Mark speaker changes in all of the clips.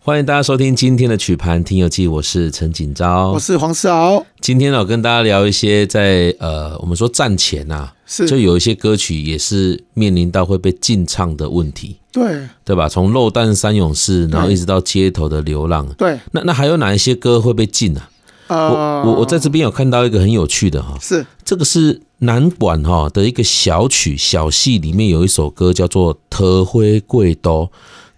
Speaker 1: 欢迎大家收听今天的曲盘听友记，我是陈锦昭
Speaker 2: 我。是黄世豪，
Speaker 1: 今天呢，我跟大家聊一些在呃，我们说战前呐、
Speaker 2: 是
Speaker 1: 就有一些歌曲也是面临到会被禁唱的问题，
Speaker 2: 对
Speaker 1: 对吧？从《肉弹三勇士》，然后一直到《街头的流浪》，
Speaker 2: 对，
Speaker 1: 那那还有哪一些歌会被禁啊？我
Speaker 2: 呃，
Speaker 1: 我我在这边有看到一个很有趣的哈、
Speaker 2: 是
Speaker 1: 这个是南管哈的一个小曲小戏里面有一首歌叫做《桃花贵都》，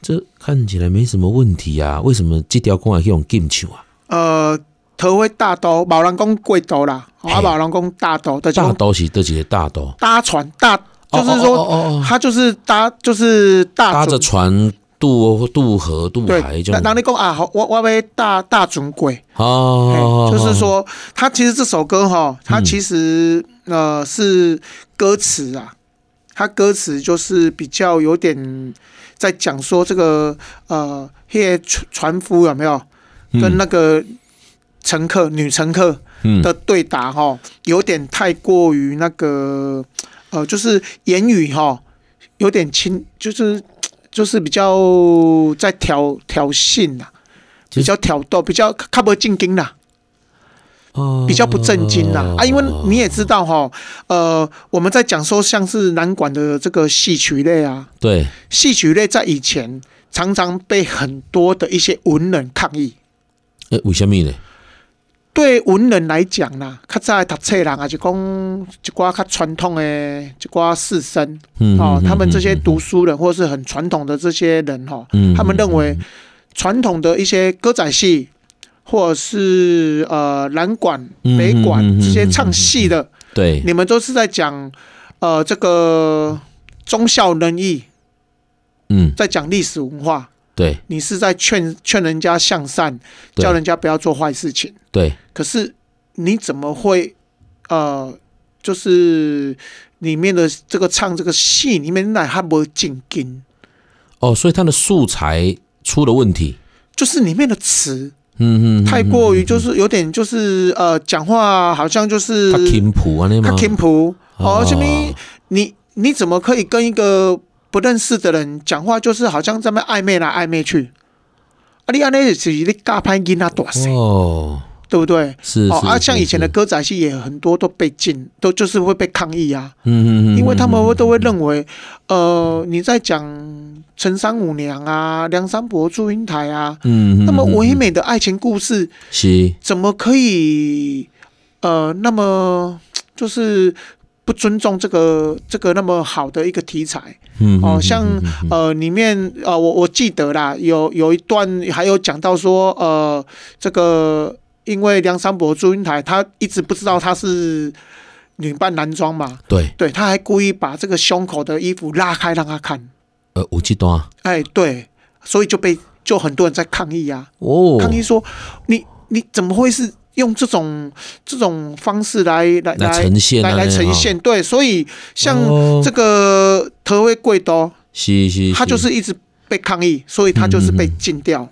Speaker 1: 这看起来没什么问题啊，为什么这条歌还可以用禁唱啊？
Speaker 2: 呃，头会大刀，毛人公贵刀啦，哦啊，
Speaker 1: 嘿
Speaker 2: 毛人公大刀，就是
Speaker 1: 大
Speaker 2: 讲
Speaker 1: 刀是这几个大刀，
Speaker 2: 搭船大，就是
Speaker 1: 哦哦
Speaker 2: 说
Speaker 1: 哦哦哦
Speaker 2: 他就是搭就是大
Speaker 1: 搭
Speaker 2: 船
Speaker 1: 着船渡渡河渡海
Speaker 2: 对，
Speaker 1: 就
Speaker 2: 那当你讲啊，好我我被大大准鬼，嘿
Speaker 1: 哦，嗯
Speaker 2: 就是说他其实这首歌哈，他其实呃是歌词啊，他歌词就是比较有点在讲说这个呃，那些船船夫有没有？跟那个乘客女乘客
Speaker 1: 嗯
Speaker 2: 的对答哈、有点太过于那个呃，就是言语哈、有点轻，就是就是比较在挑挑衅啦，
Speaker 1: 其实
Speaker 2: 比较挑逗，比较看不进京啦，
Speaker 1: 哦
Speaker 2: 比较不正经啦、啊，因为你也知道哈、呃，我们在讲说像是南管的这个戏曲类啊，
Speaker 1: 对
Speaker 2: 戏曲类在以前常常被很多的一些文人抗议。
Speaker 1: 诶，为什么呢？
Speaker 2: 对文人来讲啦，较早的读册人啊，是讲一寡较传统的一寡士绅
Speaker 1: 嗯
Speaker 2: 哦，他们这些
Speaker 1: 嗯
Speaker 2: 读书人或是很传统的这些人哈
Speaker 1: 嗯，
Speaker 2: 他们认为传统的一些歌仔戏或者是呃南管、
Speaker 1: 嗯
Speaker 2: 北管
Speaker 1: 嗯嗯嗯
Speaker 2: 这些
Speaker 1: 嗯
Speaker 2: 唱戏的，
Speaker 1: 对
Speaker 2: 你们都是在讲呃这个忠孝仁义，
Speaker 1: 嗯
Speaker 2: 在讲历史文化，
Speaker 1: 对
Speaker 2: 你是在劝劝人家向善，
Speaker 1: 对
Speaker 2: 叫人家不要做坏事情。
Speaker 1: 对
Speaker 2: 可是你怎么会呃，就是里面的这个唱这个戏里面那还没进根，
Speaker 1: 哦，所以他的素材出了问题，
Speaker 2: 就是里面的词
Speaker 1: 嗯嗯，嗯
Speaker 2: 太过于就是有点就是呃讲话好像就是
Speaker 1: 他琴谱啊那吗
Speaker 2: 他？听谱
Speaker 1: 哦
Speaker 2: 哦，这边你你怎么可以跟一个不认识的人讲话，就是好像在那暧昧来暧昧去？啊，你安尼是你尬拍囡仔大声，
Speaker 1: 哦，
Speaker 2: 对不对？
Speaker 1: 是
Speaker 2: 哦，啊，
Speaker 1: 是
Speaker 2: 像
Speaker 1: 是
Speaker 2: 以前的歌仔戏也很多都被禁，都就是会被抗议啊。
Speaker 1: 嗯嗯嗯，
Speaker 2: 因为他们
Speaker 1: 嗯
Speaker 2: 会都会认为，呃，你在讲陈三五娘啊、梁山伯、祝英台啊，
Speaker 1: 嗯，嗯
Speaker 2: 那么
Speaker 1: 嗯
Speaker 2: 唯美的爱情故事
Speaker 1: 是
Speaker 2: 怎么可以，呃，那么就是不尊重这个这个那么好的一个题材
Speaker 1: 嗯
Speaker 2: 哦、
Speaker 1: 嗯
Speaker 2: 像
Speaker 1: 嗯嗯嗯
Speaker 2: 呃里面呃我我记得啦，有有一段还有讲到说，呃，这个因为梁山伯、祝英台他一直不知道他是女扮男装嘛，
Speaker 1: 对
Speaker 2: 对，他还故意把这个胸口的衣服拉开让他看，
Speaker 1: 呃有这段
Speaker 2: 哎，对，所以就被就很多人在抗议啊，
Speaker 1: 哦，
Speaker 2: 抗议说你你怎么会是用这种这种方式来来
Speaker 1: 来
Speaker 2: 来
Speaker 1: 呈现啊
Speaker 2: 来来
Speaker 1: 那样
Speaker 2: 呈
Speaker 1: 哦
Speaker 2: 现？对，所以像
Speaker 1: 哦
Speaker 2: 这个特威贵多，
Speaker 1: 是是，
Speaker 2: 他就是一直被抗议，所以他就是
Speaker 1: 嗯
Speaker 2: 被禁掉，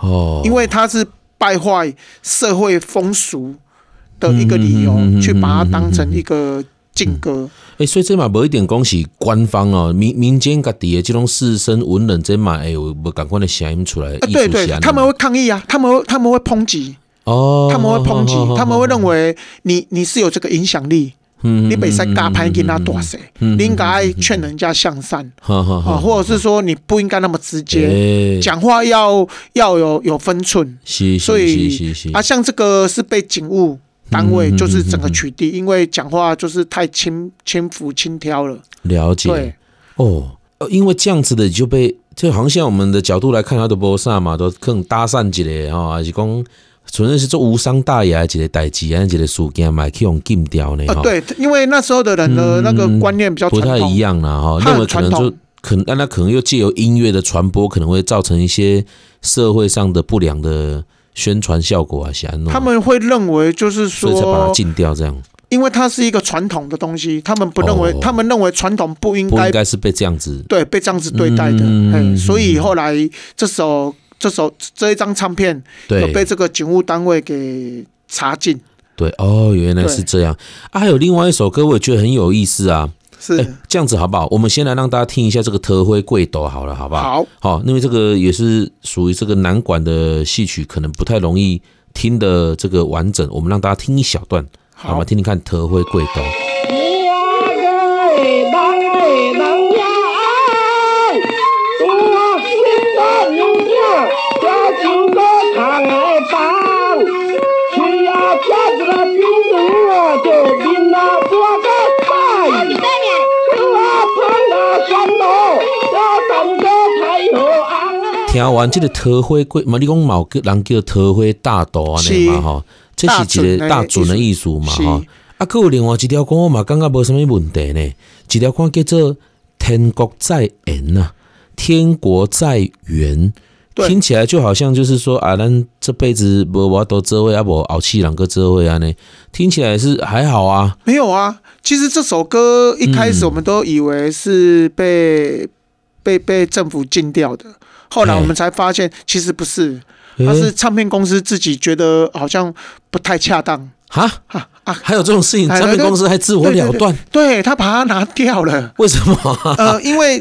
Speaker 1: 哦，
Speaker 2: 因为他是败坏社会风俗的一个理由，
Speaker 1: 嗯嗯嗯嗯嗯嗯
Speaker 2: 去把它当成一个禁歌。
Speaker 1: 诶，所以这嘛无一定讲是官方哦，民民间家己的这种士绅文人这嘛会有无赶款的声音出来，
Speaker 2: 啊，
Speaker 1: 艺
Speaker 2: 对
Speaker 1: 术
Speaker 2: 对
Speaker 1: 是安，尼
Speaker 2: 他们
Speaker 1: 嘛
Speaker 2: 会抗议啊，他们会他们会抨击，
Speaker 1: 哦，
Speaker 2: 他们会抨击
Speaker 1: 好，
Speaker 2: 他们会，认
Speaker 1: 好好好
Speaker 2: 为你你是有这个影响力，
Speaker 1: 嗯
Speaker 2: 你北塞嘎拍给他多，谁，
Speaker 1: 嗯嗯嗯嗯嗯
Speaker 2: 你应该劝人家向善
Speaker 1: 好好
Speaker 2: 啊，
Speaker 1: 好，
Speaker 2: 或者是说你不应该那么直接，
Speaker 1: 嗯诶，
Speaker 2: 讲话要要有有分寸
Speaker 1: 是，
Speaker 2: 所以
Speaker 1: 是是是是
Speaker 2: 啊，像这个是被警务。单位
Speaker 1: 嗯嗯嗯
Speaker 2: 就是整个取缔，因为讲话就是太轻轻浮轻佻了。
Speaker 1: 了解，
Speaker 2: 对，
Speaker 1: 哦，呃因为这样子的就被，就好像像我们的角度来看，他的波萨嘛，都更搭讪一个吼，还是讲纯粹是做无伤大雅的一个代志，安一个事件嘛，去用禁掉呢哦
Speaker 2: 啊，，
Speaker 1: 吼
Speaker 2: 对，因为那时候的人的那个观念比较
Speaker 1: 哎嗯不
Speaker 2: 传
Speaker 1: 太
Speaker 2: 统
Speaker 1: 一，样啦，哈，
Speaker 2: 他
Speaker 1: 认
Speaker 2: 很
Speaker 1: 为可能
Speaker 2: 传
Speaker 1: 就
Speaker 2: 统
Speaker 1: 可能，那他可能又借由音乐的传播，可能会造成一些社会上的不良的宣传效果啊，是安
Speaker 2: 他们会认为就是
Speaker 1: 所以才把它
Speaker 2: 说，
Speaker 1: 禁掉，这样
Speaker 2: 因为它是一个传统的东西，他们不认为，
Speaker 1: 哦
Speaker 2: 他们认为传统不应
Speaker 1: 不
Speaker 2: 该
Speaker 1: 应该是被这样子，
Speaker 2: 对被这样子对待的，
Speaker 1: 嗯
Speaker 2: 嘿所以后来这首这首这一张唱片有
Speaker 1: 对
Speaker 2: 被这个警务单位给查禁，
Speaker 1: 对，哦，原来是
Speaker 2: 对
Speaker 1: 这样啊，还有另外一首歌，我也觉得很有意思啊，哎、
Speaker 2: 是
Speaker 1: 这样子好不好？我们先来让大家听一下这个《特灰贵斗》好了，好不好？
Speaker 2: 好，
Speaker 1: 好，因为这个也是属于这个南管的戏曲，可能不太容易听的这个完整，我们让大家听一小段，好吗？
Speaker 2: 好
Speaker 1: 听听看《特灰贵斗》。
Speaker 3: 咿呀个哎，当哎，当呀哎，东啊新的牛劲儿，加九个糖来棒，吹呀片子的冰墩儿，就比那多个菜。吹啊胖的山头，要等着才有安。
Speaker 1: 听完这个桃花贵，嘛，你讲嘛有人叫桃花大道安尼
Speaker 2: 是
Speaker 1: 嘛吼，这是一个大
Speaker 2: 大
Speaker 1: 准
Speaker 2: 准
Speaker 1: 的
Speaker 2: 的
Speaker 1: 艺
Speaker 2: 艺
Speaker 1: 术嘛
Speaker 2: 是
Speaker 1: 吼。啊，佮有另外一条歌，我嘛感觉无什物问题呢。一条歌叫做《天国在缘》呐，《天国在缘》
Speaker 2: 对
Speaker 1: 听起来就好像就是说啊，咱这辈子无我都这位啊，无后期人个这位安尼，听起来是还好啊。
Speaker 2: 没有啊。其实这首歌一开始我们都以为是被、被被政府禁掉的，后来
Speaker 1: 哎
Speaker 2: 我们才发现其实不是，它
Speaker 1: 诶
Speaker 2: 是唱片公司自己觉得好像不太恰当
Speaker 1: 哈，
Speaker 2: 啊啊，
Speaker 1: 还有这种事情，
Speaker 2: 哎
Speaker 1: 唱片公司还自我
Speaker 2: 对对
Speaker 1: 了断，。
Speaker 2: 对他把它拿掉了
Speaker 1: 为什么 啊？
Speaker 2: 呃，因为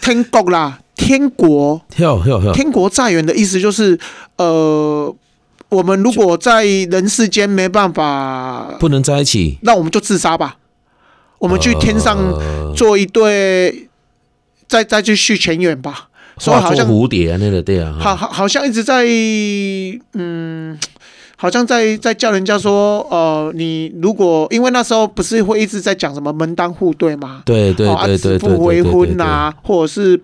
Speaker 2: 天国啦，天国，
Speaker 1: 跳跳跳！
Speaker 2: 天国在远的意思就是，呃，我们如果在人世间没办法，
Speaker 1: 不能在一起。
Speaker 2: 那我们就自杀吧，我们去天上
Speaker 1: 呃
Speaker 2: 做一对，再再去续前缘吧。所以
Speaker 1: 化
Speaker 2: 好
Speaker 1: 作
Speaker 2: 像
Speaker 1: 蝴蝶那个对啊，
Speaker 2: 好好好像一直在嗯，好像在在叫人家说，呃，你如果因为那时候不是会一直在讲什么门当户对吗？
Speaker 1: 对对
Speaker 2: 哦啊
Speaker 1: 对
Speaker 2: 子
Speaker 1: 对对对
Speaker 2: 不
Speaker 1: 对
Speaker 2: 为
Speaker 1: 对
Speaker 2: 婚呐、
Speaker 1: 对，
Speaker 2: 或者是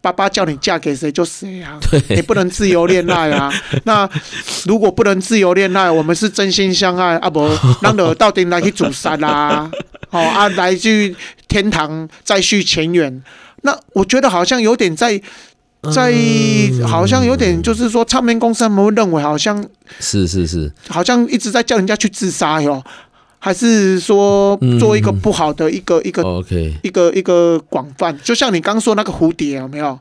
Speaker 2: 爸爸叫你嫁给谁就谁啊，你不能自由恋 爱啊。那如果不能自由恋爱，我们是真心相爱 啊不，让我到底来去煮山啦，哦啊来去天堂再续前缘。那我觉得好像有点在在，
Speaker 1: 嗯
Speaker 2: 好像有点就是说，唱片公司他们会认为好像
Speaker 1: 是是是，
Speaker 2: 好像一直在叫人家去自杀哟，还是说做一个不好的一个一个
Speaker 1: OK，
Speaker 2: 一个一个广泛，就像你刚说那个蝴蝶有没有？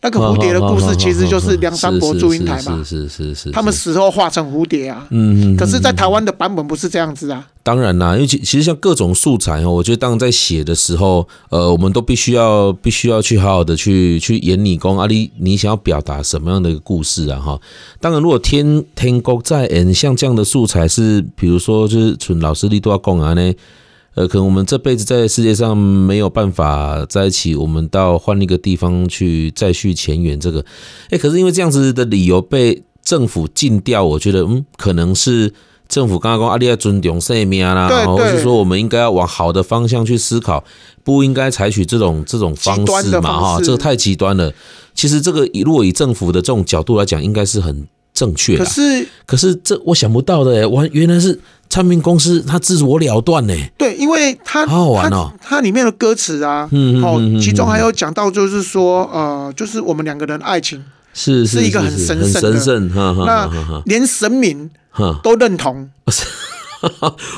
Speaker 2: 那个蝴蝶的故事其实就是梁山伯祝英台嘛
Speaker 1: 是，是是是，
Speaker 2: 他们死后化成蝴蝶啊。
Speaker 1: 嗯，
Speaker 2: 可是，在台湾的版本不是这样子啊，
Speaker 1: 当然啦，因为其其实像各种素材哦，我觉得当然在写的时候，呃，我们都必须要必须要去好好的去去演你公啊，你你想要表达什么样的一个故事啊哈。当然，如果天天国在演像这样的素材是，比如说就是纯老师力都要供啊呢。呃，可能我们这辈子在世界上没有办法在一起，我们到换一个地方去再续前缘。这个，哎，可是因为这样子的理由被政府禁掉，我觉得，嗯，可能是政府刚刚讲啊，你要尊重生命啦，
Speaker 2: 对
Speaker 1: 或
Speaker 2: 对
Speaker 1: 是说我们应该要往好的方向去思考，不应该采取这种这种方
Speaker 2: 极端
Speaker 1: 式
Speaker 2: 的
Speaker 1: 嘛，
Speaker 2: 方
Speaker 1: 哈，
Speaker 2: 式
Speaker 1: 这个太极端了。其实这个以如果以政府的这种角度来讲，应该是很正确
Speaker 2: 可
Speaker 1: 的。
Speaker 2: 是
Speaker 1: 可是这我想不到的耶，完原来是唱片公司他自我了断呢。
Speaker 2: 对，因为它
Speaker 1: 好好玩哦
Speaker 2: 它它里面的歌词啊，
Speaker 1: 嗯嗯
Speaker 2: 哦
Speaker 1: 嗯嗯，
Speaker 2: 其中还有讲到就是说，呃，就是我们两个人爱情，
Speaker 1: 是
Speaker 2: 是一个很
Speaker 1: 是
Speaker 2: 神
Speaker 1: 很
Speaker 2: 圣的
Speaker 1: 神圣，哈哈哈哈
Speaker 2: 那
Speaker 1: 哈
Speaker 2: 连神明
Speaker 1: 哈
Speaker 2: 都认同，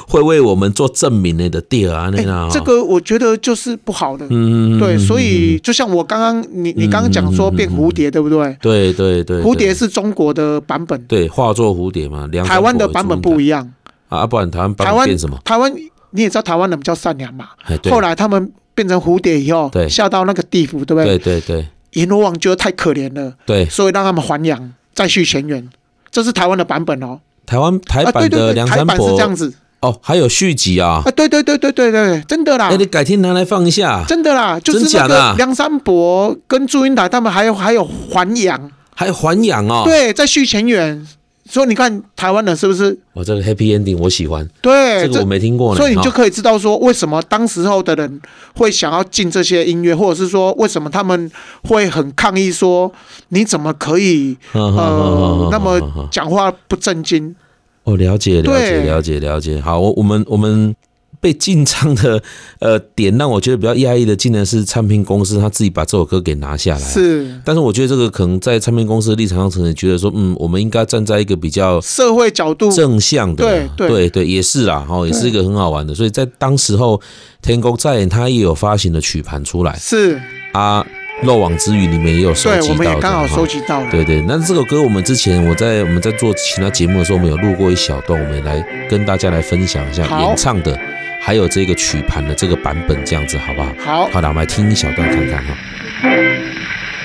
Speaker 1: 会为我们做证明的的第二那
Speaker 2: 哎
Speaker 1: 啦，哈
Speaker 2: 这个我觉得就是不好的。
Speaker 1: 嗯嗯
Speaker 2: 对，所以就像我刚刚你你刚刚讲说变蝴蝶，对不对？
Speaker 1: 对对对，对
Speaker 2: 蝴蝶是中国的版本，
Speaker 1: 对化作蝴蝶嘛，梁山
Speaker 2: 台湾的
Speaker 1: 伯与
Speaker 2: 版本
Speaker 1: 祝英
Speaker 2: 不
Speaker 1: 台
Speaker 2: 一样。
Speaker 1: 啊，不然台啊湾版
Speaker 2: 台
Speaker 1: 本
Speaker 2: 湾
Speaker 1: 变什么？
Speaker 2: 台湾你也知道，台湾人比较善良嘛。
Speaker 1: 哎，对
Speaker 2: 后来他们变成蝴蝶以后
Speaker 1: 对，
Speaker 2: 下到那个地府，对不
Speaker 1: 对哎
Speaker 2: 对？
Speaker 1: 对对
Speaker 2: 阎罗王觉得太可怜了，
Speaker 1: 对，
Speaker 2: 所以让他们还阳，再续前缘。这是台湾的版本哦。
Speaker 1: 台湾台
Speaker 2: 啊，对
Speaker 1: 版的
Speaker 2: 对对，
Speaker 1: 梁
Speaker 2: 台
Speaker 1: 山
Speaker 2: 版是
Speaker 1: 伯
Speaker 2: 这样子
Speaker 1: 哦，还有续集啊
Speaker 2: 啊，，对对对对对对，真的啦
Speaker 1: 哎，。你改天拿来放一下，
Speaker 2: 真的啦，就是
Speaker 1: 假
Speaker 2: 那
Speaker 1: 的啊
Speaker 2: 个梁山伯跟祝英台他们还有还有还阳，
Speaker 1: 还有还阳哦，，
Speaker 2: 对，在续前缘。所以你看台湾人是不是？
Speaker 1: 我哦这个 happy ending 我喜欢，
Speaker 2: 对，
Speaker 1: 这个我没听过呢，啊
Speaker 2: 所以你就
Speaker 1: 哈
Speaker 2: 可以知道说，为什么当时候的人会想要进这些音乐，或者是说为什么他们会很抗议说，你怎么可以
Speaker 1: 哈哈哈哈
Speaker 2: 呃那
Speaker 1: 哈哈
Speaker 2: 么讲话不正经？
Speaker 1: 哦，了解，了解，
Speaker 2: 对
Speaker 1: 了解，了解。好，我我们我们被禁唱的呃点让我觉得比较压抑的，竟然是唱片公司他自己把这首歌给拿下来。，
Speaker 2: 是
Speaker 1: 但是我觉得这个可能在唱片公司的立场上，可能觉得说，嗯，我们应该站在一个比较
Speaker 2: 社会角度，
Speaker 1: 正向的，
Speaker 2: 对对
Speaker 1: 对也是啦，哦，也是一个很好玩的。所以在当时候，天宫再演他也有发行的曲盘出来
Speaker 2: 是
Speaker 1: 啊，漏网之鱼里面也有收
Speaker 2: 对，
Speaker 1: 集
Speaker 2: 我
Speaker 1: 到
Speaker 2: 们
Speaker 1: 的，
Speaker 2: 也刚好
Speaker 1: 哈
Speaker 2: 收集到了。
Speaker 1: 对对，那这首歌我们之前我在我们在做其他节目的时候，我们有录过一小段，我们也来跟大家来分享一下
Speaker 2: 好
Speaker 1: 演唱的还有这个曲盘的这个版本，这样子好不好？
Speaker 2: 好
Speaker 1: 好的，我们来听一小段看看哈。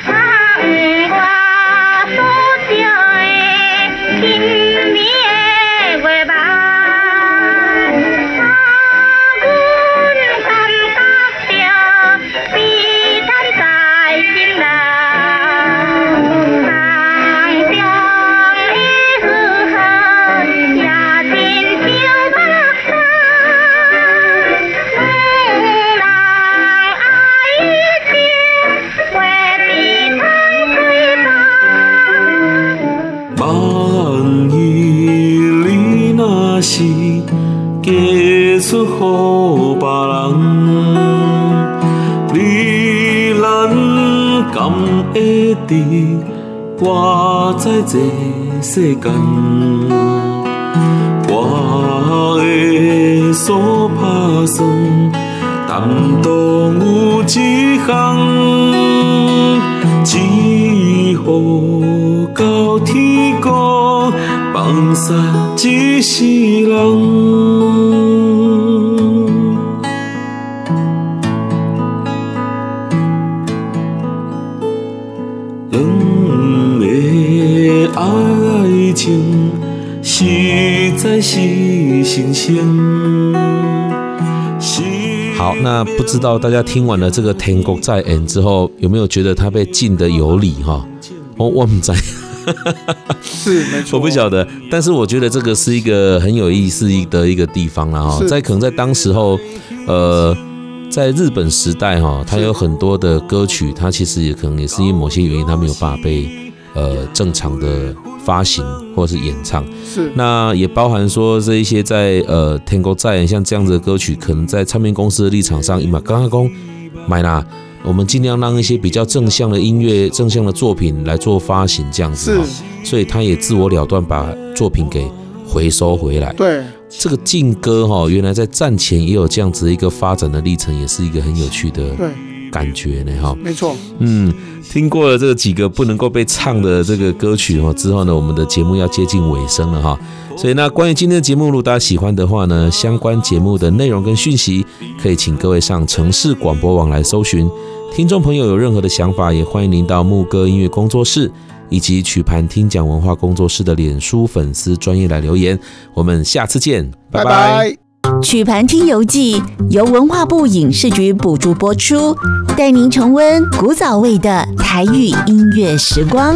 Speaker 4: 啊，我所着的今年的月望，啊，阮感觉着悲叹在心内，梦中的雨后也真着目眶，两人爱情话比汤水多。
Speaker 5: 望伊你若是嫁出乎别人，你咱敢会知我在这世间，我的所打算，担当有一项，只乎到天公放下一世人。两个爱情实在是新鲜。是
Speaker 1: 好，那不知道大家听完了这个《天国再演》之后，有没有觉得他被禁的有理哈？哦我我们在，
Speaker 2: 是没
Speaker 1: 我
Speaker 2: 错，
Speaker 1: 不晓得，但是我觉得这个是一个很有意思的一个地方了哈。
Speaker 2: 是
Speaker 1: 在可能在当时候，呃，在日本时代哈，它有很多的歌曲，它其实也可能也是因为某些原因，它没有办法被呃正常的发行或是演唱。
Speaker 2: 是
Speaker 1: 那也包含说这一些在呃天狗在像这样子的歌曲，可能在唱片公司的立场上，嘛刚刚公买啦，我们尽量让一些比较正向的音乐、正向的作品来做发行这样子
Speaker 2: 是
Speaker 1: 哈，，所以他也自我了断，把作品给回收回来。
Speaker 2: 对，
Speaker 1: 这个劲歌哈、原来在战前也有这样子一个发展的历程，也是一个很有趣的
Speaker 2: 对，
Speaker 1: 感觉呢哈、
Speaker 2: 没错，
Speaker 1: 嗯，听过了这几个不能够被唱的这个歌曲哦之后呢，我们的节目要接近尾声了哈。所以那关于今天的节目，如果大家喜欢的话呢，相关节目的内容跟讯息，可以请各位上城市广播网来搜寻。听众朋友有任何的想法，也欢迎您到牧歌音乐工作室以及曲盘听讲文化工作室的脸书粉丝专业来留言。我们下次见，拜拜
Speaker 2: 拜
Speaker 6: 曲盘听游记由文化部影视局补助播出，带您重温古早味的台语音乐时光。